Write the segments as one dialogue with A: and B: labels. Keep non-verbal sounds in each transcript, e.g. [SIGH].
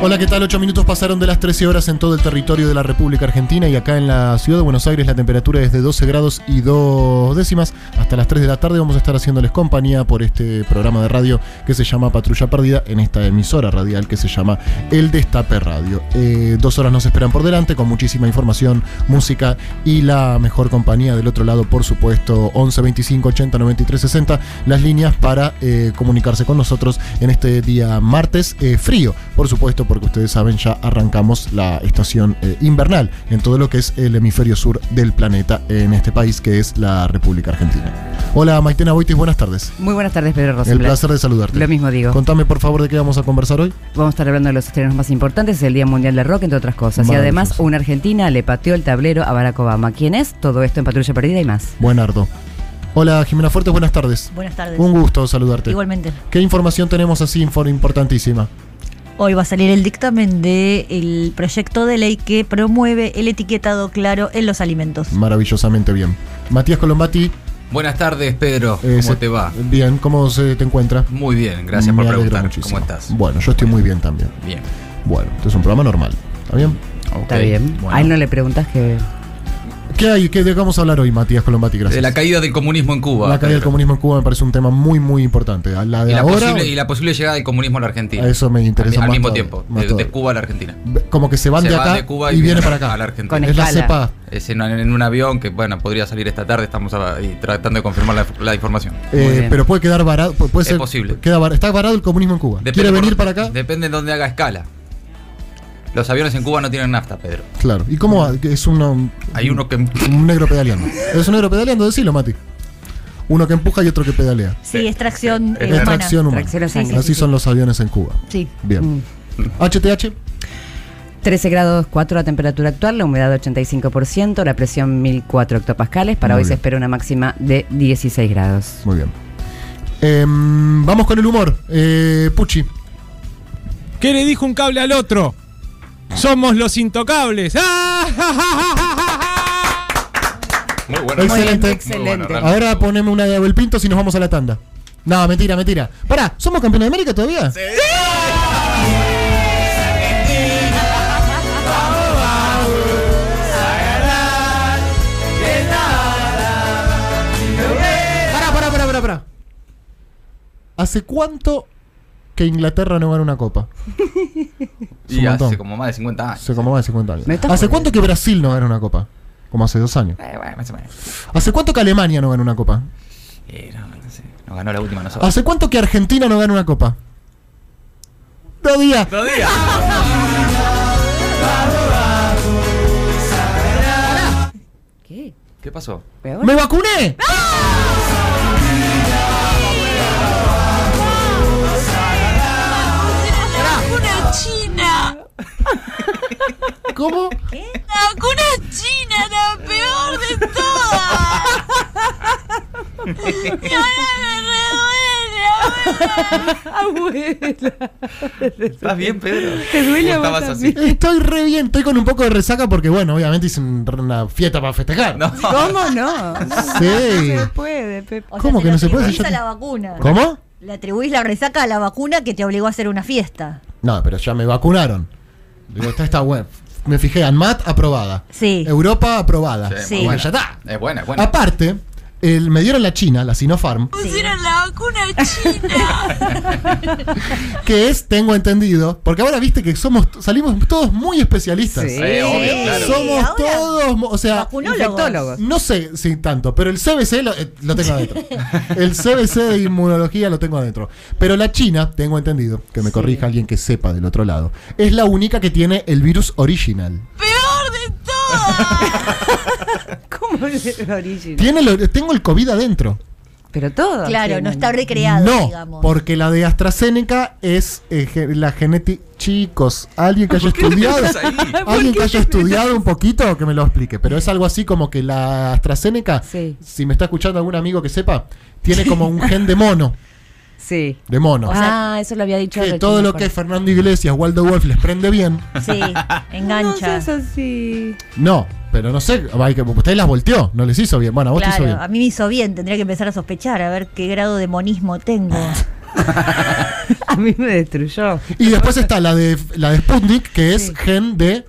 A: Hola, ¿qué tal? 8 minutos pasaron de las 13 horas en todo el territorio de la República Argentina y acá en la ciudad de Buenos Aires la temperatura es de 12 grados y 2 décimas. Hasta las 3 de la tarde vamos a estar haciéndoles compañía por este programa de radio que se llama Patrulla Perdida en esta emisora radial que se llama El Destape Radio. Eh, dos horas nos esperan por delante con muchísima información, música y la mejor compañía del otro lado, por supuesto, 11 25 80 93 60, las líneas para eh, comunicarse con nosotros en este día martes eh, frío, por supuesto, porque ustedes saben, ya arrancamos la estación eh, invernal en todo lo que es el hemisferio sur del planeta en este país que es la República Argentina. Hola Maitena Boitis, buenas tardes.
B: Muy buenas tardes, Pedro
A: El
B: Rosenblatt.
A: placer de saludarte.
B: Lo mismo digo.
A: Contame por favor de qué vamos a conversar hoy.
B: Vamos a estar hablando de los estrenos más importantes, el Día Mundial del Rock, entre otras cosas. Y además,
A: Maravilloso.
B: una argentina le pateó el tablero a Barack Obama. ¿Quién es? Todo esto en Patrulla Perdida y más.
A: Buenardo. Hola Jimena Fuertes, buenas tardes.
C: Buenas tardes.
A: Un gusto saludarte.
C: Igualmente.
A: ¿Qué información tenemos así infor- importantísima?
C: Hoy va a salir el dictamen del el proyecto de ley que promueve el etiquetado claro en los alimentos.
A: Maravillosamente bien. Matías Colombati.
D: Buenas tardes, Pedro.
A: eh,
D: ¿Cómo
A: se-
D: te va?
A: Bien, ¿cómo se te encuentra?
D: Muy bien, gracias
A: Me
D: por
A: alegro
D: preguntar.
A: muchísimo.
D: ¿Cómo estás?
A: Bueno, yo estoy muy bien también.
D: Bien.
A: Bueno, este es un programa normal. ¿Está bien?
B: Está
D: Ok,
B: bien.
D: bueno.
B: Ahí no le preguntas que.
A: ¿Qué hay? ¿Qué de qué vamos a hablar hoy, Matías Colombati? Gracias.
D: De la caída del comunismo en Cuba.
A: La caída del
D: Pedro.
A: comunismo en Cuba me parece un tema muy, muy importante. A La de
D: Y la,
A: ahora.
D: posible, y la posible llegada del comunismo a la Argentina.
A: A eso me interesa
D: Al, al
A: más
D: mismo
A: todavía,
D: tiempo,
A: más
D: de, de
A: todavía.
D: Cuba a la Argentina.
A: como que se van
D: Se
A: de
D: van
A: acá
D: de Cuba
A: y,
D: y
A: viene
D: vienen
A: para
D: a la
A: acá.
D: Argentina. Con
A: es la
B: escala.
A: cepa.
D: Es en, en un avión que, bueno, podría salir esta tarde. Estamos ahí tratando de confirmar la, la información.
B: Muy
A: Eh,
B: bien.
A: pero puede quedar varado. Puede puede
D: Es
A: ser,
D: posible.
A: queda var- está varado el comunismo en Cuba.
D: Depende
A: ¿Quiere
D: por-
A: venir para acá?
D: Depende de dónde haga escala. Los aviones en Cuba no tienen nafta, Pedro.
A: Claro. ¿Y cómo va? es uno,
D: Hay uno que.
A: un negro pedaleando? ¿Es un negro pedaleando? Decilo, Mati. Uno que empuja y otro que pedalea.
D: Sí,
C: Sí, extracción
D: sí,
C: eh,
D: es
C: humana.
A: Tracción humana.
B: Tracción a
C: Sí,
B: sangre.
C: sí,
A: Así son los aviones en Cuba.
C: Sí.
A: Bien.
B: Mm.
A: HTH.
B: 13 grados 4 la temperatura actual, la humedad 85%, la presión 1004 hectopascales. Para
A: Muy
B: hoy se
A: bien.
B: espera una máxima de 16 grados.
A: Muy bien. Em, vamos con el humor. Eh, Pucci.
E: ¿Qué le dijo un cable al otro? Somos los intocables. ¡Ah! ¡Ja, ja, ja, ja, ja, ja!
D: Muy bueno.
A: Excelente.
D: Muy
B: Excelente.
D: realmente.
A: Ahora poneme una de Abel Pintos y nos vamos a la tanda. No, mentira, mentira. Pará, ¿somos campeones de América todavía? Sí. Pará, pará, pará, pará, pará. ¿Hace cuánto que Inglaterra no gana una copa? Es un
D: Y hace
A: montón.
D: como más de 50 años.
A: Hace como más de 50 años.
B: Me estás
A: ¿Hace
B: jodiendo.
A: cuánto que Brasil no gana una copa? Como hace dos años.
D: Eh, bueno, más o menos.
A: ¿Hace cuánto que Alemania no gana una copa?
D: Eh, no, no sé. Nos ganó la última nosotros.
A: ¿Hace cuánto que Argentina no gana una copa? Dos días.
B: ¿Qué?
D: ¿Qué pasó?
B: ¿Peor?
A: ¡Me vacuné!
F: ¡Vacuna china!
A: ¿Cómo?
F: ¡La vacuna china, la peor de todas! ¡Y ahora me reduele! abuela.
D: ¿Estás bien, Pedro?
B: Te duele
D: ¿O
B: a vos
D: estabas así?
B: también.
A: Estoy re bien, estoy con un poco de resaca porque, bueno, obviamente hice un- una fiesta para festejar.
D: No.
B: ¿Cómo
C: [LAUGHS]
B: no?
A: Sí.
B: No se puede, Eh, Pepe.
C: O sea,
A: ¿Cómo
C: se
A: que
C: le
A: no se puede?
C: atribuís
A: Si yo
C: a
A: te-
C: la vacuna.
A: ¿Cómo?
C: Le atribuís la resaca a la vacuna que te obligó a hacer una fiesta.
A: No, pero ya me vacunaron. Digo, está esta web. Me fijé, ANMAT aprobada.
C: Sí.
A: Europa aprobada.
D: Sí, Ah,
C: Sí.
A: Bueno, ya está.
D: Es buena, es buena.
A: Aparte, el- me dieron la China, la Sinopharm,
F: ¡Pusieron la vacuna china!
A: que es, tengo entendido, porque ahora viste que somos salimos todos muy especialistas.
B: Sí.
D: Eh, obvio, claro.
A: Somos
C: ahora,
A: todos, mo- o sea,
C: Vacunólogos.
A: No sé si tanto, pero el CBC lo, eh, lo tengo adentro. El CBC de inmunología lo tengo adentro. Pero la China, tengo entendido, que me corrija alguien que sepa del otro lado, es la única que tiene el virus original.
F: ¡Peor de todas!
B: [LAUGHS] ¿Cómo el original?
A: Tiene lo- tengo el COVID adentro.
B: Pero todo.
C: [LAUGHS] Claro,
B: tienen.
C: no está recreado,
A: no,
C: digamos.
A: porque la de AstraZeneca es eh, ge- la genética. Chicos, alguien que haya estudiado.
D: metes ahí?
A: Alguien que haya estudiado un poquito que me lo explique. Pero es algo así como que la AstraZeneca,
B: Sí.
A: si me está escuchando algún amigo que sepa, tiene como un gen de mono.
B: Sí.
A: de mono. Ah,
B: [LAUGHS] O sea, Ah, eso lo había dicho.
A: que
B: Rochi,
A: todo
B: me
A: lo
B: acuerdo.
A: que es Fernando Iglesias, Waldo Wolf les prende bien. [LAUGHS]
C: Sí,
B: No
C: engancha.
B: seas así. [LAUGHS]
A: No, pero no sé, hay que- usted las volteó, no les hizo bien. Bueno, a vos te hizo
C: Claro,
A: bien.
C: a mí me hizo bien, tendría que empezar a sospechar, a ver qué grado de
A: [LAUGHS]
C: monismo tengo.
B: A mí me destruyó.
A: Y después está la de la de Sputnik, que es gen de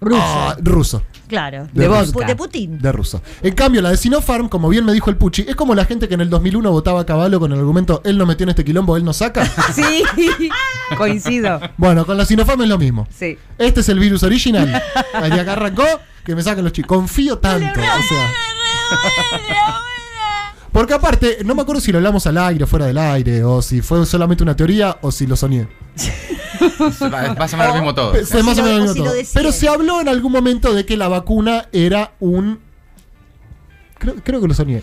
C: Ruso.
A: Ah, ruso.
C: Claro.
A: De
C: Pu-
B: vodka.
C: De Putin.
A: De ruso. En cambio, la de Sinopharm, como bien me dijo el Puchi, es como la gente que en el 2001 votaba a caballo con el argumento él no metió en este quilombo, él no saca.
B: Sí, coincido.
A: bueno, con la Sinopharm es lo mismo.
B: Sí.
A: Este es el virus original. Allá acá arrancó, que me saquen los chicos. Confío tanto. o sea.
F: reduele, abuela.
A: Porque aparte, no me acuerdo si lo hablamos al aire, fuera del aire, o si fue solamente una teoría, o si lo soñé.
D: Va va a sonar lo mismo todo.
A: Pe- fue
C: si
A: más o
C: lo-
A: menos lo
C: o
A: mismo
C: si lo
A: todo.
C: deciden.
A: Pero se habló en algún momento de que la vacuna era un. Creo, creo que lo
C: [LAUGHS]
A: soñé.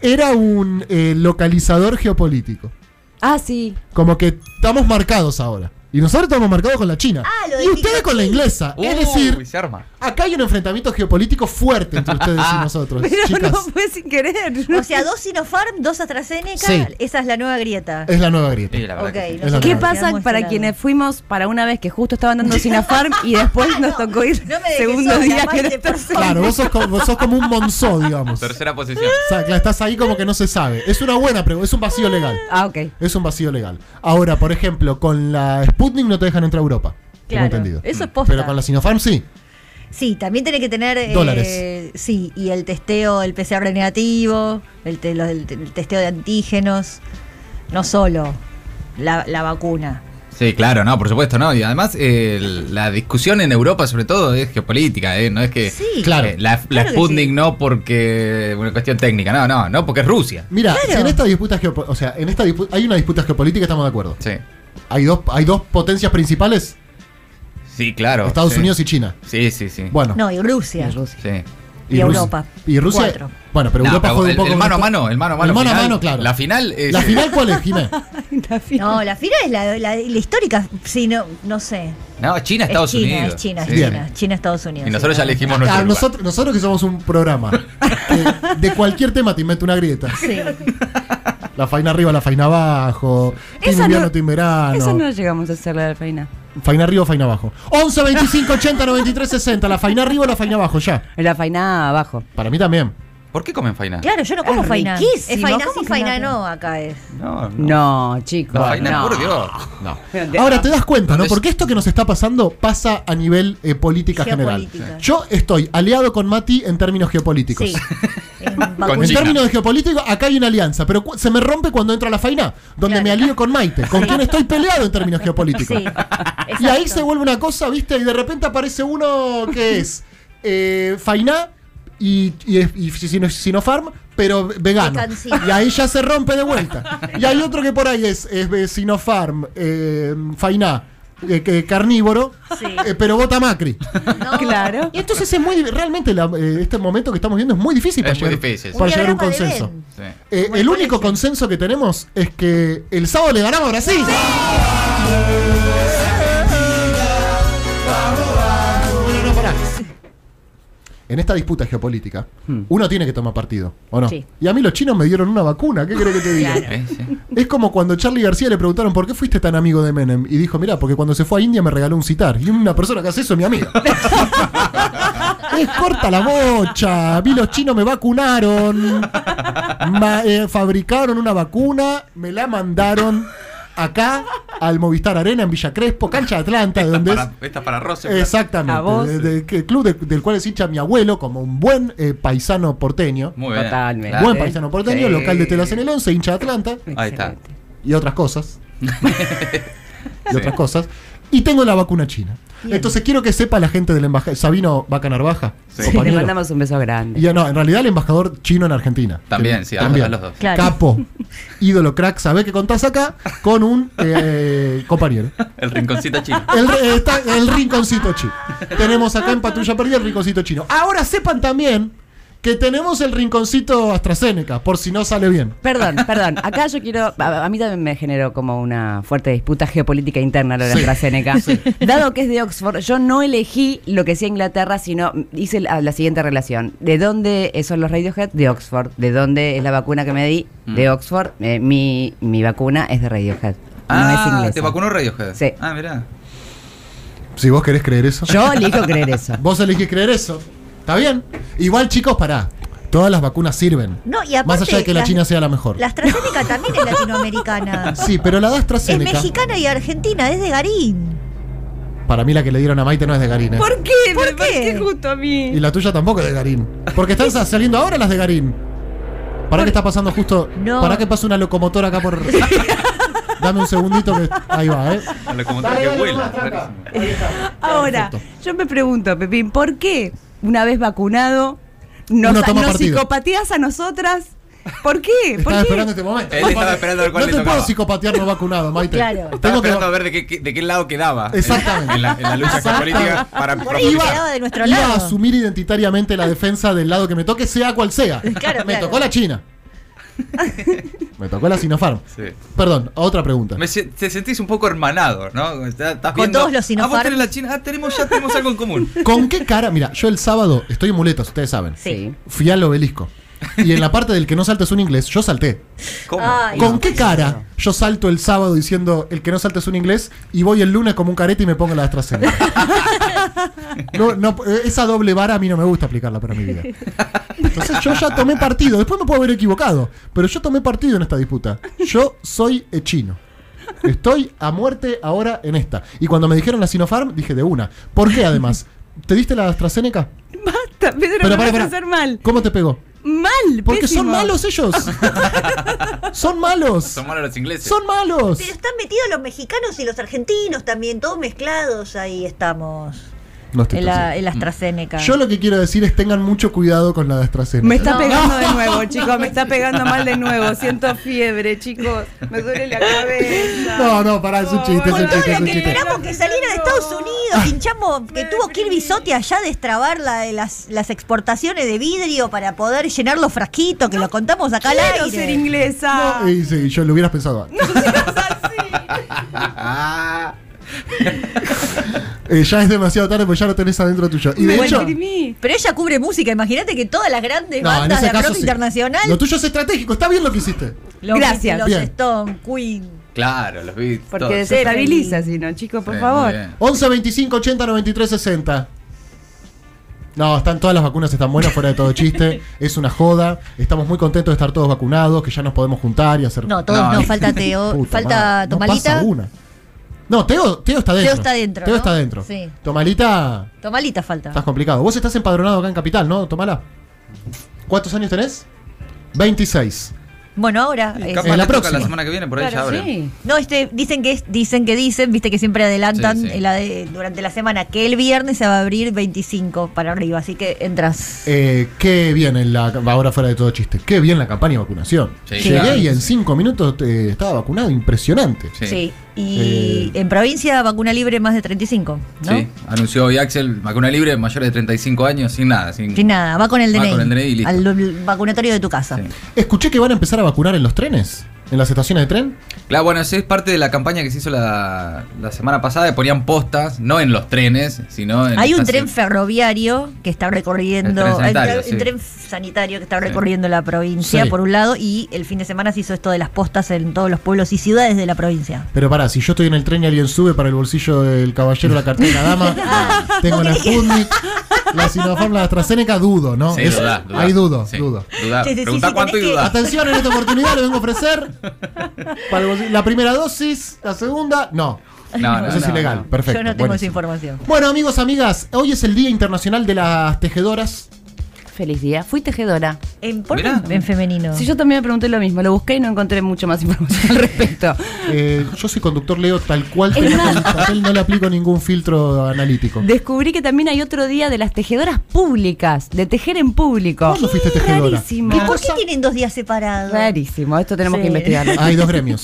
A: Era un eh, localizador geopolítico.
B: Ah, sí.
A: Como que estamos marcados ahora. Y nosotros estamos marcados con la China.
C: Ah, lo de
A: y ustedes
C: Pikachu.
A: con la inglesa.
D: Uy,
A: es decir,
D: se arma.
A: Acá hay un enfrentamiento geopolítico fuerte entre ustedes
C: [LAUGHS]
A: y nosotros,
B: Pero
A: chicas.
B: no fue sin querer. [LAUGHS]
C: O sea, dos Sinopharm, dos AstraZeneca,
A: Sí.
C: esa es la nueva grieta.
A: Es la nueva grieta.
D: Sí, la verdad
C: Ok,
D: que sí.
A: Es la
C: nosotros
B: ¿Qué
A: verdad.
C: nos
B: pasa
C: quedamos
B: para
C: helados.
B: quienes fuimos para una vez que justo estaban dando Sinopharm y después nos tocó ir
C: Ah, no me dejes
B: segundo
C: sola,
B: día que
C: Maite,
B: no está-
C: por favor.
A: Claro, vos sos, como, vos sos como un monzó, digamos. O
D: Tercera posición.
A: sea, claro, estás ahí como que no se sabe. Es una buena pregunta, es un vacío legal.
B: Ah, ok.
A: Es un vacío legal. Ahora, por ejemplo, con la Sputnik no te dejan entrar a Europa. Tengo
C: Claro,
A: entendido.
C: eso es posta.
A: Pero con la Sinopharm sí.
C: Sí, también tiene que tener. eh,
A: Dólares.
C: sí, y el testeo, el PCR negativo, el, te- los- el te- el testeo de antígenos, no solo la, la vacuna.
D: Sí, claro, no, por supuesto, no. Y además, eh, la discusión en Europa, sobre todo, es geopolítica, ¿eh? No es que.
C: Sí,
A: Claro.
D: eh, la la
C: Claro que
D: Sputnik
C: sí.
D: no porque. Una cuestión técnica, no, no, no, porque es Rusia.
A: Mira,
C: Claro.
A: si en esta disputa geopo- o sea, en esta dispu- hay una disputa geopolítica, estamos de acuerdo.
D: Sí.
A: Hay dos, hay dos potencias principales,
D: Sí, claro.
A: Estados
D: Oh, sí.
A: Unidos y China.
D: Sí, sí, sí.
A: Bueno,
C: No, y Rusia.
D: Sí.
C: y
A: Rusia-
C: Europa.
A: Y Rusia.
C: Cuatro.
A: Bueno, pero
D: No,
A: Europa
D: pero
A: juega
D: el-
A: un poco.
D: el
A: con
D: mano a
A: esto.
D: mano, el mano a mano.
A: El mano a
D: final,
A: mano, claro.
D: La final es.
A: ¿La final cuál es, Jimé?
C: No, la final es la, la- la histórica, sí, no, no sé.
D: [LAUGHS] No, China,
C: Es
D: Estados
C: China,
D: Unidos.
C: Es China,
D: Sí.
C: es China,
A: Bien.
C: China, Estados Unidos.
D: Y nosotros
C: sí,
D: ya
C: ¿no?
D: elegimos
A: Ah,
D: nuestro. lugar.
A: nosotros, nosotros que somos un programa que de cualquier tema te invento una
C: [LAUGHS]
A: grieta.
C: Sí.
A: La faina arriba, la faina abajo. Team
B: Esa
A: invierno,
B: no-
A: team verano.
B: Eso Ah, no llegamos a hacer la del Feina.
A: Faina arriba, faina abajo. 11, 25, 80, 93, 60. La faina arriba, la faina abajo, ya.
B: La Faina abajo.
A: Para mí también.
D: ¿Por qué comen faina?
C: Claro, yo no como
B: Es
C: faina. Es
B: riquísimo,
C: faina
B: ¿cómo
C: sí,
B: que
C: faina
B: no?
C: no, acá es.
D: No, no.
B: No, chicos.
D: La faina,
B: no.
D: por Dios.
B: [LAUGHS]
A: No.
B: De-
A: Ahora te das cuenta, ¿no?
D: Entonces-
A: Porque esto que nos está pasando pasa a nivel eh, política general.
C: Geopolítica.
A: Yo estoy aliado con Mati en términos geopolíticos.
C: Sí.
A: [LAUGHS]
C: En vacunas.
A: En
D: China.
A: términos de geopolítico, acá hay una alianza, pero cu- se me rompe cuando entro a la faina, donde
C: Claro.
A: me alío con Maite, con quien estoy peleado en términos geopolíticos.
C: Sí,
A: Y ahí
C: exacto.
A: se vuelve una cosa, ¿viste? Y de repente aparece uno que es eh, Fainá y, y, y Sino- Sinopharm, pero vegano.
C: Vegancito.
A: Y ahí ya se rompe de vuelta. Y hay otro que por ahí es, es eh, Sinopharm, eh, Fainá, eh, que- carnívoro,
C: Sí.
A: eh, pero vota Macri.
C: No.
B: Claro.
A: Y entonces es muy realmente la- eh, este momento que estamos viendo es muy difícil
D: Es
A: para
D: muy
A: llegar,
D: difícil, sí.
A: para
C: Un
A: llegar a un
C: diagrama de
A: consenso.
C: Venn.
D: Sí.
A: Eh,
C: Como
A: el
C: el
A: único
C: colegio.
A: consenso que tenemos es que el sábado le ganamos a Brasil. Bueno, no, pará. En esta disputa geopolítica, uno tiene que tomar partido, ¿o no?
C: Sí.
A: Y a mí los chinos me dieron una vacuna, ¿qué crees que te diga?
D: ¿Eh? Sí.
A: Es como cuando Charlie García le preguntaron por qué fuiste tan amigo de Menem. Y dijo, mirá, porque cuando se fue a India me regaló un citar. Y una persona que hace eso es mi amiga.
B: [LAUGHS]
A: es corta la bocha. Vi los chinos me vacunaron. Ma- eh, fabricaron una vacuna. Me la mandaron acá al Movistar Arena en Villa Crespo, Cancha de Atlanta, de donde es.
D: Para- Esta para Rose.
A: Exactamente.
B: A vos.
A: de- de- que- club de- del cual es hincha mi abuelo, como un buen eh, paisano porteño.
D: Muy bien.
B: Totalmente.
D: Claro.
A: Buen paisano porteño,
D: Sí.
A: local de Telas en el 11, hincha de Atlanta
D: Ahí está.
B: Excelente.
A: y otras
D: [LAUGHS]
A: cosas. y
D: Sí.
A: otras cosas. Y tengo la vacuna china. Entonces quiero que sepa la gente de la embajada. Sabino Bacanarvaja.
D: Sí.
B: Le
A: compañero.
B: mandamos un beso grande.
A: Y no, en realidad el embajador chino en Argentina.
D: También,
A: Que-
D: sí, a-
A: también.
D: a los dos.
C: Claro.
A: Capo, ídolo crack, sabe que contás acá con un eh, compañero.
D: [LAUGHS] El rinconcito chino.
A: El, re- está el rinconcito chino. Tenemos acá en Patrulla Perdida el rinconcito chino. Ahora sepan también que tenemos el rinconcito AstraZeneca, por si no sale bien.
B: Perdón, perdón. Acá yo quiero. A, a mí también me generó como una fuerte disputa geopolítica interna lo de
A: Sí,
B: AstraZeneca. Dado que es de Oxford, yo no elegí lo que sea Inglaterra, sino hice la, la siguiente relación. ¿De dónde son los Radiohead? De Oxford. ¿De dónde es la vacuna que me di?
A: Mm.
B: De Oxford. Eh, mi, mi vacuna es de Radiohead.
D: Ah,
B: no es inglesa.
D: ¿te vacunó Radiohead?
B: Sí.
D: Ah, mirá.
A: Si vos querés creer eso.
B: Yo elijo creer eso.
A: Vos elegís creer eso. ¿Está bien? Igual, chicos, pará. Todas las vacunas sirven.
C: No, y aparte,
A: Más allá de que la
C: las-
A: China sea la mejor.
C: La AstraZeneca también es
A: [LAUGHS]
C: latinoamericana.
A: Sí, pero la de
C: Es
A: AstraZeneca.
C: mexicana y argentina, es de Garín.
A: Para mí la que le dieron a Maite no es de Garín. ¿eh?
G: ¿Por qué?
C: ¿Por
G: ¿Por
C: qué?
G: qué justo a mí?
A: Y la tuya tampoco es de Garín. Porque están sa- saliendo ahora las de Garín. ¿Para qué está pasando justo?
C: No.
A: ¿Para qué pasa una locomotora acá
C: [LAUGHS]
A: por.? Dame un segundito que. Ahí va, ¿eh?
D: A la como que vuela. rarísimo.
B: Ahora,
A: Perfecto.
B: yo me pregunto, Pepín, ¿por qué una vez vacunado nos,
A: Uno toma
B: nos
A: partido.
B: psicopatías a nosotras? ¿Por qué? ¿Por
A: Estaba
B: qué?
A: esperando este momento.
D: Él estaba esperando a ver cuál
A: No
D: le
A: te
D: tocaba.
A: puedo psicopatear no vacunado, Maite.
C: Claro.
D: Estaba
A: Tengo que.
D: esperando a ver de qué- qué, de qué lado quedaba. en-
A: Exactamente.
D: En la, en la lucha
A: Exactamente.
D: geopolítica para
C: Por ahí
D: profundizar.
C: quedaba de nuestro
A: iba a
C: lado.
A: asumir identitariamente la defensa del lado que me toque, sea cual sea.
C: [LAUGHS] Claro,
A: me
C: claro.
A: tocó la
C: [LAUGHS]
A: China. me tocó la Sinopharm.
D: Sí.
A: Perdón, otra pregunta.
D: Me se- te sentís un poco hermanado, ¿no? Está- estás
C: Con
D: viendo-
C: todos los
D: Ah, vos
C: Sinopharm.
D: tenés la China. Ah, tenemos, ya tenemos algo
C: [LAUGHS]
D: en común.
A: ¿Con qué cara? Mira, yo el sábado estoy en muletas, ustedes saben.
B: Sí.
A: Fui al obelisco. Y en la parte del que no saltes un inglés, yo salté.
D: ¿Cómo?
C: Ay,
A: ¿Con qué cara yo salto el sábado diciendo el que no saltes un inglés y voy el lunes como un careta y me pongo la AstraZeneca? No, no, eh, esa doble vara a mí no me gusta aplicarla para mi vida. Entonces yo ya tomé partido. Después me puedo haber equivocado, pero yo tomé partido en esta disputa. Yo soy eh, chino. Estoy a muerte ahora en esta. Y cuando me dijeron la Sinopharm, dije de una. ¿Por qué además? ¿Te diste la AstraZeneca?
B: Basta, Pedro,
A: pará,
B: me vas a
A: pará.
B: hacer mal.
A: ¿Cómo te pegó?
B: Mal,
A: Porque
B: pésimo.
A: son malos
B: [LAUGHS]
A: ellos. son malos.
D: Son malos los ingleses.
A: Son malos.
C: Pero están metidos los mexicanos y los argentinos también, todos mezclados ahí estamos.
A: No estoy
C: En la,
A: pensando.
C: en la AstraZeneca.
A: Yo lo que quiero decir es tengan mucho cuidado con la de AstraZeneca.
B: Me está
A: [LAUGHS]
C: No.
B: pegando de nuevo, chicos, me está pegando mal de nuevo. Siento fiebre, chicos. Me duele la
F: [LAUGHS]
B: cabeza.
A: No, no, pará, es un chiste, es
C: Por
A: un
C: todo
A: chiste, es
C: lo
A: un
C: que
A: chiste.
C: esperamos que saliera de Estados Unidos, hinchamos, que tuvo que ir Bisotti allá a destrabar la- las, las exportaciones de vidrio para poder llenar los frasquitos, que lo contamos acá al
B: Quiero
C: aire.
B: ser inglesa.
A: No, y sí, yo lo hubieras pensado antes.
B: No seas así.
D: Ah,
A: Eh, ya es demasiado tarde porque ya lo tenés adentro tuyo. Y de
B: Me
A: hecho.
B: deprimí.
C: Pero ella cubre música, imagínate que todas las grandes
A: No, en
C: bandas
A: ese
C: de rock
A: caso. sí.
C: internacional,
A: Lo tuyo es estratégico, está bien lo que hiciste.
C: los
B: Gracias.
C: Beatles,
A: Bien.
C: los Stone, Queen.
D: claro, los Beatles.
B: Porque
D: todos.
B: desestabiliza, si no, chicos, por
D: Sí, muy
B: favor.
D: bien.
A: 11, 25, 80, 93, 60. No, están todas las vacunas están buenas, fuera de todo chiste.
C: [LAUGHS]
A: Es una joda. Estamos muy contentos de estar todos vacunados, que ya nos podemos juntar y hacer.
C: No, todos
D: No,
C: no,
A: [LAUGHS]
D: ni-
C: falta Teo,
A: Puta
C: falta
A: madre, no
C: Tomalita.
A: pasa una. No, Teo, Teo está dentro.
C: está dentro,
A: Teo
C: ¿no?
A: está dentro.
C: Sí.
A: Tomalita,
C: Tomalita falta.
A: estás complicado. Vos estás empadronado acá en Capital, ¿no, Tomala? ¿Cuántos años tenés? 26.
C: Bueno, ahora eh,
D: Sí,
C: es-
D: capaz
A: En la
D: le toca
A: próxima.
D: la semana que viene, por ahí ya
B: Claro,
D: abre.
B: sí.
C: No, este, dicen que es- dicen que dicen, viste que siempre adelantan
D: Sí, sí.
C: la de- durante la semana, que el viernes se va a abrir 25 para arriba, así que entras.
A: Eh, qué bien en la, ahora fuera de todo chiste, qué bien la campaña de vacunación.
D: Sí,
A: Llegué
D: claro.
A: y en 5 minutos eh, estaba vacunado, impresionante.
D: Sí.
C: Sí. Y
A: Eh.
C: en provincia vacuna libre más de 35, ¿no?
D: Sí, anunció hoy Axel, vacuna libre, mayores de 35 años, sin nada. Sin,
C: Sin nada, va con el
D: Va
C: DNI.
D: con el DNI y listo.
C: Al, al vacunatorio de tu casa.
D: Sí.
A: Escuché que van a empezar a vacunar en los trenes, en las estaciones de tren.
D: Claro, bueno, eso es parte de la campaña que se hizo la, la semana pasada, que ponían postas, no en los trenes, sino en...
C: Hay un
D: estaciones.
C: tren ferroviario que está recorriendo.
D: El tren sanitario,
C: el tra- el
D: sí.
C: tren sanitario que está
D: Sí.
C: recorriendo la provincia,
A: Sí.
C: por un lado, y el fin de semana se hizo esto de las postas en todos los pueblos y ciudades de la provincia.
A: Pero pará, si yo estoy en el tren y alguien sube para el bolsillo del caballero la cartera de la
C: [LAUGHS]
A: dama,
C: Ah,
A: tengo la Sputnik, la Sinopharm, la AstraZeneca, dudo, ¿no?
D: Sí,
A: Es-
D: dudá, dudá.
A: Ahí dudo,
D: Sí,
A: dudo.
D: dudá.
C: Sí, sí, sí,
D: Preguntá
C: sí,
D: cuánto y
C: tenés que-
D: dudá.
A: Atención, en esta oportunidad le vengo a ofrecer para el bolsillo- la primera dosis, la segunda, no.
D: No, no,
A: Eso es
D: no,
A: ilegal,
D: no.
A: perfecto.
C: Yo no tengo esa
A: buenísimo.
C: información.
A: Bueno, amigos, amigas, hoy es el Día Internacional de las Tejedoras.
B: Feliz día. Fui tejedora.
C: En, ¿por qué
D: Mirá.
C: en femenino.
B: Sí, yo también me pregunté lo mismo. Lo busqué y no encontré mucho más [LAUGHS] información al respecto.
A: Eh, yo soy conductor Leo, tal cual
B: Es
A: tengo
B: más.
A: el papel, no le aplico ningún filtro analítico.
B: Descubrí que también hay otro día de las tejedoras públicas, de tejer en público.
A: ¿Cuándo fuiste tejedora?
B: Rarísimo.
C: ¿Y por qué tienen dos días separados?
B: Rarísimo. Esto tenemos
C: Sí.
B: que investigarlo. [LAUGHS]
A: Hay dos gremios.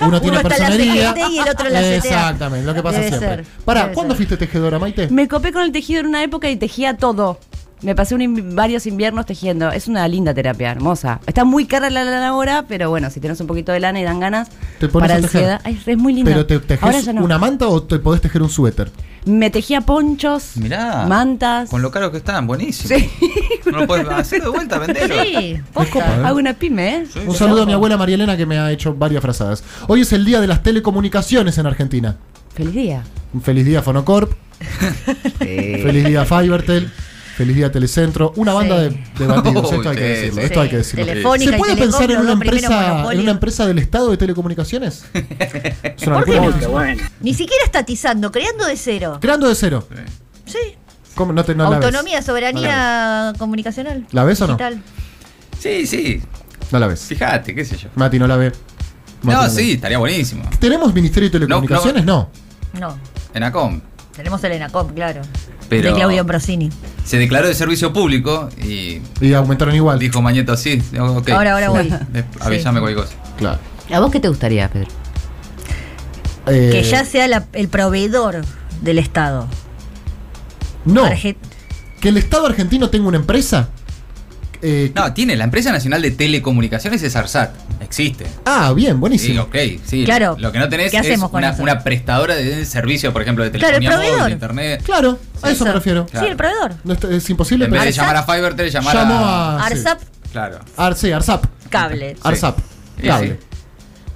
A: Uno tiene
C: está en la
A: personería.
C: CGT y el otro en la CTA.
A: Exactamente, lo que pasa
C: Debe
A: siempre.
C: ser,
A: Pará,
C: debe
A: ¿cuándo
C: ser.
A: fuiste tejedora, Maite?
B: Me copé con el tejido en una época y tejía todo. Me pasé un in- varios inviernos tejiendo. Es una linda terapia, hermosa. Está muy cara la lana ahora, pero bueno, si tenés un poquito de lana y dan ganas
A: Te pones
B: para
A: a tejer.
B: ansiedad. Ay, es muy linda.
A: Pero te tejes
B: ahora ya no.
A: una manta o te podés tejer un suéter.
B: Me tejía ponchos,
D: Mirá.
B: mantas.
D: Con lo caro que están, buenísimo.
B: Sí.
D: No lo puedes hacer de vuelta, venderlo.
C: Sí,
A: Es copa,
C: posta.
A: ¿eh?
B: Hago una pyme, ¿eh?
A: Un saludo a mi abuela María Elena que me ha hecho varias frazadas. Hoy es el día de las telecomunicaciones en Argentina.
B: Feliz día.
A: Un feliz día Fonocorp, feliz día Fivertel, feliz día Telecentro, una banda de, de bandidos, esto hay que
D: Uy,
A: decirlo,
D: sí,
A: esto hay
C: sí.
A: que decirlo.
C: Telefónica
A: ¿Se
C: y
A: puede pensar en
C: Telecom,
A: una
C: los primeros
A: empresa en
C: monopolios.
A: una empresa del Estado de telecomunicaciones? Es una
C: ¿Por qué
A: locura.
C: no? Ni siquiera estatizando, creando de cero.
A: Creando de cero.
C: Sí.
A: ¿Cómo? No te- no la ves.
C: Autonomía,
A: No la ves.
C: soberanía comunicacional.
A: ¿La ves o no?
C: Digital.
D: Sí, sí.
A: No la ves.
D: Fíjate, qué sé yo.
A: Mati no la ve. Mati
D: No,
A: la
D: sí,
A: ve.
D: estaría buenísimo.
A: ¿Tenemos Ministerio de Telecomunicaciones? No.
C: No.
D: En ACOM.
C: Tenemos el ENACOM, claro.
D: Pero-
C: De Claudio Ambrosini.
D: Se declaró de servicio público y
A: Y aumentaron igual.
D: dijo Mañeto, sí. ok.
C: Ahora, ahora voy.
D: [LAUGHS] Eh, Avísame cualquier cosa.
A: Claro.
B: ¿A vos qué te gustaría, Pedro?
A: Eh,
C: Que ya sea la- el proveedor del Estado.
A: No.
C: Arge-
A: Que el Estado argentino tenga una empresa. eh,
D: No, tiene. La empresa nacional de telecomunicaciones es ARSAT. Existe.
A: Ah, bien,
D: Sí,
A: buenísimo.
D: ok, sí.
C: Claro.
D: Lo que no tenés
C: ¿Qué
D: es
C: hacemos con
D: una,
C: eso?
D: una prestadora de servicio, por ejemplo, de
C: Claro, el
D: telefonía móvil,
C: proveedor.
D: de internet.
A: Claro, a eso,
C: Eso.
A: me refiero.
D: Claro.
C: Sí, el proveedor.
A: No está- es imposible,
D: En vez
A: pero.
D: de
C: ARSAT,
D: llamar a Fivertel, llamar
A: Llamó
D: a...
A: a- Ah, sí.
C: ARSAP,
D: Claro.
A: Ar- sí, Arsap.
C: cable.
A: Arsap.
D: Sí,
A: Cable.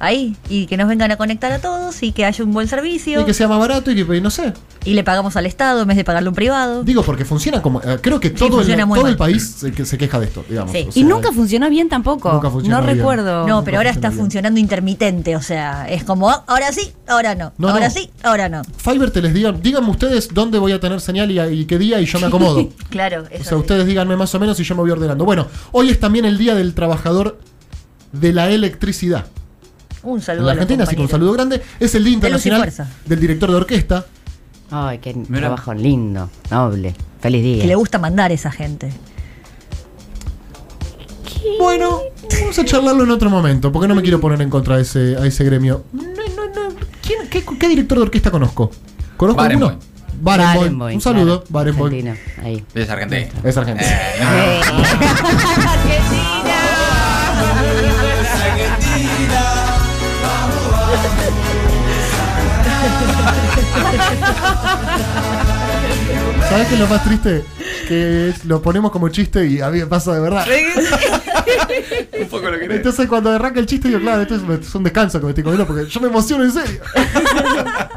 C: Ahí. Y que nos vengan a conectar a todos y que haya un buen servicio.
A: Y
C: Y,
A: que sea más barato y que, y no sé.
C: le pagamos al Estado en vez de pagarle a un privado.
A: Digo, porque funciona como. eh, creo que todo, el,
C: funciona muy
A: todo el
C: mal.
A: país se, que se queja de esto, digamos.
C: Sí.
A: o
B: Y
A: sea,
B: nunca funcionó bien tampoco.
A: Nunca funcionó
B: no
A: bien.
B: recuerdo.
C: No, pero ahora está
A: funciona bien.
C: funcionando intermitente, o sea, es como ah, ahora sí, ahora no,
A: No,
C: ahora
A: no.
C: sí, ahora no.
A: Fiverr te les digan, díganme ustedes dónde voy a tener señal y, y qué día y yo me
C: [LAUGHS]
A: acomodo.
C: Claro,
A: o
C: eso
A: sea,
C: sí.
A: ustedes díganme más o menos y yo me voy ordenando. Bueno, hoy es también el día del trabajador de la electricidad.
C: Un saludo
A: En la
C: a los
A: Argentina, así que un
C: compañeros.
A: saludo grande. Es el Día
C: De luz y
A: Internacional
C: fuerza.
A: del Director de Orquesta.
B: Ay, qué
D: Mira.
B: trabajo lindo, noble. Feliz
C: Que le
B: día.
C: gusta mandar a esa gente.
A: Bueno, vamos a charlarlo en otro momento, porque no me quiero poner en contra de ese, a ese gremio. No, no, no. ¿Quién- qué, qué director de orquesta conozco? ¿Conozco
D: Barenboim.
A: alguno? Barenboim.
B: Barenboim,
A: Un saludo,
B: claro,
A: Barenboim.
B: argentino, Ahí.
D: Es argentino.
A: Es argentino.
D: Eh, no.
A: ¿Sabes qué es lo más triste? Que es- lo ponemos como chiste y a mí me pasa de verdad.
D: Un poco lo que era.
A: Entonces cuando arranca el chiste digo, claro, esto es, es un descanso que me estoy comiendo porque yo me emociono en
D: [LAUGHS]
A: serio.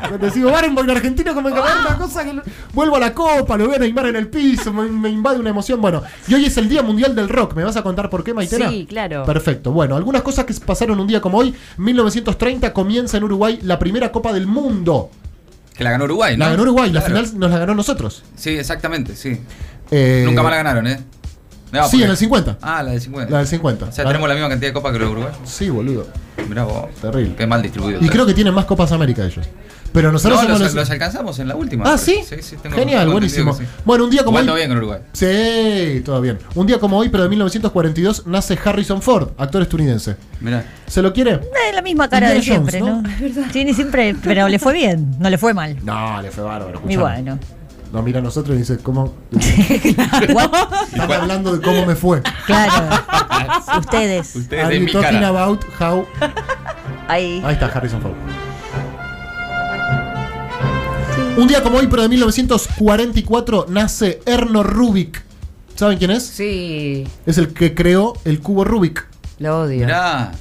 A: Cuando digo Barenboim argentino como que me
D: Ah.
A: da una cosa que lo- vuelvo a la copa, lo veo a Neymar en el piso, me, me invade una emoción. Bueno, y hoy es el Día Mundial del Rock. ¿Me vas a contar por qué, Maitena?
B: Sí, claro.
A: Perfecto. Bueno, algunas cosas que pasaron un día como hoy. 1930 comienza en Uruguay la primera Copa del Mundo.
D: Que la ganó Uruguay, ¿no?
A: La ganó Uruguay,
D: Claro.
A: la final nos la ganó nosotros.
D: Sí, exactamente, sí.
A: Eh,
D: Nunca más la ganaron, ¿eh? No,
A: Sí,
D: porque-
A: en el 50.
D: Ah, la del 50.
A: La del 50.
D: O sea, tenemos la misma cantidad de copas que los Uruguay.
A: Sí, boludo.
D: Mirá vos.
A: Terrible.
D: Qué mal distribuido.
A: Y creo que tienen más Copas América ellos. Pero nosotros
D: No, los,
A: somos
D: los,
A: los-
D: alcanzamos en la última.
A: Ah,
D: me
A: sí.
D: parece. tengo-
A: Genial,
D: tengo
A: buenísimo.
D: entendido que sí.
A: Bueno, un día como
D: Jugando
A: hoy.
D: bien con Uruguay.
A: Sí, todo bien. Un día como hoy, pero de 1942, nace Harrison Ford, actor estadounidense.
D: Mirá.
A: ¿Se lo quiere?
C: Es la misma cara de
A: Indiana Jones,
C: siempre,
A: ¿no?
C: ¿no? Tiene siempre, pero le fue bien, no le fue mal.
A: No, le fue bárbaro. escuchame.
C: Y bueno.
A: Nos mira a nosotros y dice,
C: [LAUGHS]
A: ¿cómo?
C: What?
A: Están hablando de cómo me fue.
C: Claro. [LAUGHS] Ustedes.
A: Are
D: Ustedes Ah, de
A: you
D: mi
A: talking
D: cara.
A: about how.
C: Ahí.
A: Ahí está Harrison Ford. Un día como hoy, pero de 1944, nace Erno Rubik. ¿Saben quién es?
B: Sí,
A: Es el que creó el cubo Rubik.
B: lo odio.
D: Mirá.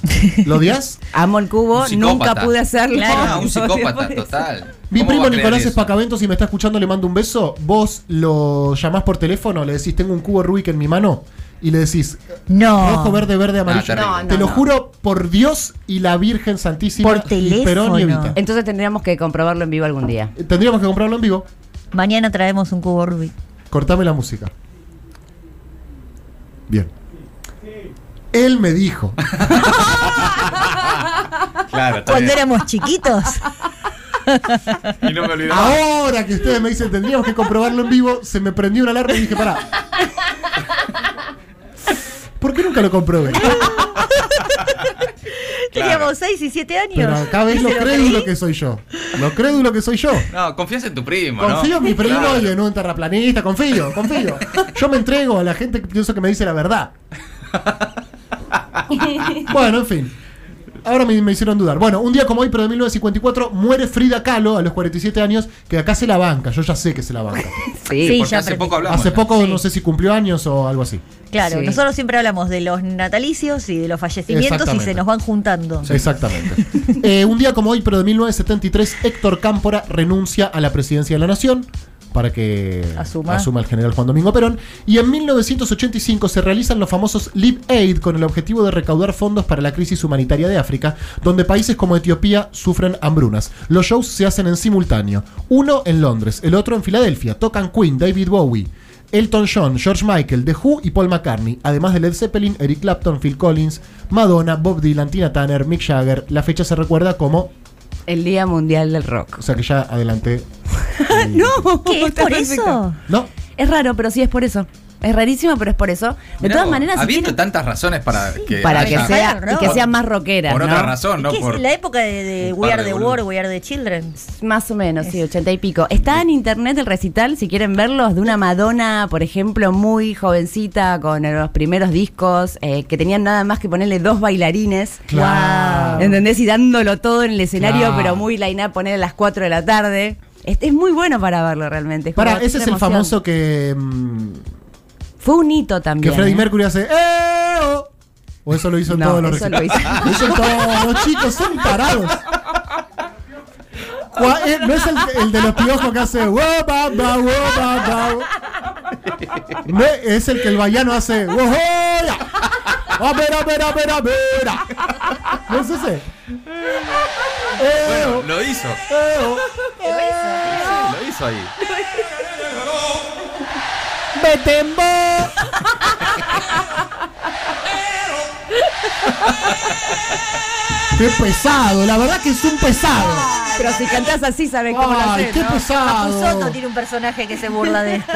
A: ¿Lo
D: [LAUGHS]
A: odias?
B: Amo el cubo,
D: Un
B: Oh,
D: psicópata.
B: nunca pude hacerlo. [LAUGHS]
D: Claro,
B: Lo
D: un
B: odio por
D: psicópata
B: eso.
D: total.
A: Mi
D: ¿Cómo va
A: primo
D: a creer
A: Nicolás
D: eso?
A: Espacavento, si me está escuchando, le mando un beso. Vos lo llamás por teléfono, le decís, tengo un cubo Rubik en mi mano. Y le decís,
C: No.
A: rojo, verde, verde, amarillo.
D: Ah, terrible. No,
A: Te
B: no,
A: lo
B: no.
A: juro por Dios y la Virgen Santísima.
C: Por
A: y
C: teléfono.
A: Perón y Evita.
B: Entonces tendríamos que comprobarlo en vivo algún día.
A: Tendríamos que comprarlo en vivo.
C: Mañana traemos un cubo Rubik.
A: Cortame la música. Bien. Él me
D: [LAUGHS]
A: dijo.
D: Claro, está
C: Cuando
D: bien.
A: [LAUGHS]
C: éramos chiquitos.
D: Y no me olvidé.
A: Ah. Ahora que ustedes me dicen tendríamos que comprobarlo en vivo, se me prendió una alarma y dije,
D: [LAUGHS]
A: pará. ¿Por qué nunca lo comprobé?
C: Teníamos 6 y 7 años.
A: Pero acá ves
C: ¿Y
A: lo
C: se
A: crédulo
C: creí?
A: que soy yo. Lo crédulo que soy yo.
D: No, confías en tu primo, ¿no?
A: Confío en mi primo
D: Claro.
A: y en un terraplanista. Confío, confío. Yo me entrego a la gente que pienso que me dice la verdad. Bueno, en fin. Ahora me, me hicieron dudar. Bueno, un día como hoy, pero de 1954, muere Frida Kahlo a los 47 años, que acá se la banca. Yo ya sé que se la banca.
B: Sí.
C: Sí. ya
D: Porque hace
C: aprendí.
D: poco hablamos.
A: Hace
D: ya.
A: poco,
C: Sí.
A: no sé si cumplió años o algo así.
C: Claro,
B: Sí.
C: nosotros siempre hablamos de los natalicios y de los fallecimientos y
A: Exactamente.
C: se nos van juntando.
A: Exactamente. [LAUGHS] Eh, un día como hoy, pero de 1973, Héctor Cámpora renuncia a la presidencia de la Nación para que
C: Asuma.
A: el general Juan Domingo Perón. Y en 1985 se realizan los famosos Live Aid con el objetivo de recaudar fondos para la crisis humanitaria de África, donde países como Etiopía sufren hambrunas. Los shows se hacen en simultáneo. Uno en Londres, el otro en Filadelfia. Tocan Queen, David Bowie. Elton John, George Michael, The Who y Paul McCartney, además de Led Zeppelin, Eric Clapton, Phil Collins, Madonna, Bob Dylan, Tina Turner, Mick Jagger. La fecha se recuerda como,
B: El Día Mundial del Rock.
A: o sea que ya adelanté. [LAUGHS]
B: No, [LAUGHS]
C: ¿Qué es
B: está
C: por
B: perfecto.
C: eso?
A: No,
B: Es raro, pero sí es por eso. Es rarísimo, pero es por eso. De
D: Mirá
B: todas
D: vos,
B: maneras, si
D: habiendo
B: tienen-
D: tantas razones para que.
B: para que
D: haya-
B: sea
C: Claro,
B: y que
C: ¿no?
B: sea más rockera,
D: Por
B: ¿no?
D: otra razón, ¿no?
C: ¿Qué
D: Por-
C: es la época de, de
D: Un
C: We
D: par
C: Are
D: de
C: the
D: boludos.
C: War, We Are the Children?
B: Más o menos, sí, ochenta y pico. Está en internet el recital, si quieren verlos, de una Madonna, por ejemplo, muy jovencita, con los primeros discos, eh, que tenían nada más que ponerle dos bailarines.
A: Claro.
B: ¿Entendés? Y dándolo todo en el escenario,
A: Claro.
B: pero muy line up, poner a las 4 de la tarde. Este es muy bueno para verlo realmente. es
A: para,
B: como
A: ese es
B: otra
A: el
B: emoción.
A: famoso que, mm,
B: Fue un hito
A: que
B: también.
A: Freddie
B: ¿eh?
A: Mercury hace. "Eh, oh". O eso lo hizo en
B: No,
A: todos los
B: eso lo
A: recitales. [LAUGHS]
B: hizo.
A: Lo hizo en todos los chicos, son parados. Cua- eh, No es el, el de los piojos que hace. "Wa, ba, ba, wa, ba, ba". No, es el que el vallano hace. "Wo, ho, ya". A ver, a ver, a ver, a ver. No es ese. Eh,
D: Bueno,
A: oh,
B: [LAUGHS]
D: lo hizo.
A: eh, oh.
D: Sí, lo hizo ahí.
A: Betembo. Qué pesado, la verdad que es un pesado.
B: Pero si cantás así, sabes cómo lo
A: Ay,
B: haces,
A: qué
B: ¿no?
A: pesado.
C: Soto tiene un personaje que se burla de esto.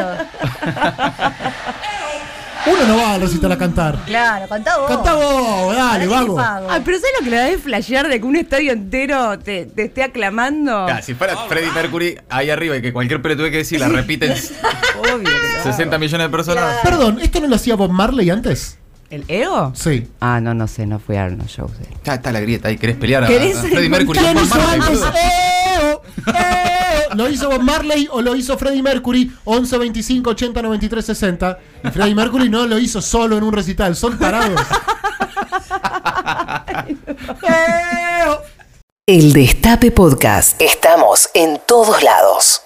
A: Uno no va al recital a cantar.
C: Claro, contá vos.
A: Cantá vos,
C: Pará
A: dale,
C: que
A: vago.
C: te pago.
B: Ay, pero ¿sabes lo que le da de flashear de que un estadio entero te, te esté aclamando?
D: Ya, si fuera Freddie Mercury ahí arriba y que cualquier pelotude que decir la repiten
B: [LAUGHS] Obvio. ¿no?
D: 60 millones de personas.
A: Perdón, ¿esto no lo hacía Bob Marley antes?
B: ¿El ego?
A: Sí.
B: Ah, no, no sé, no fui a ver unos shows de él.
D: Ya está la grieta ahí, querés pelear a,
B: ¿Querés
D: a Freddie Mercury.
A: ¿Quién
D: Bob
A: hizo
D: Marley,
A: antes?
D: boludo.
A: Eh, oh, eh, oh. ¿Lo hizo Bob Marley o lo hizo Freddie Mercury? 11, 25, 80, 93, 60. Y Freddie Mercury no lo hizo solo en un recital, son parados.
H: El Destape Podcast. Estamos en todos lados.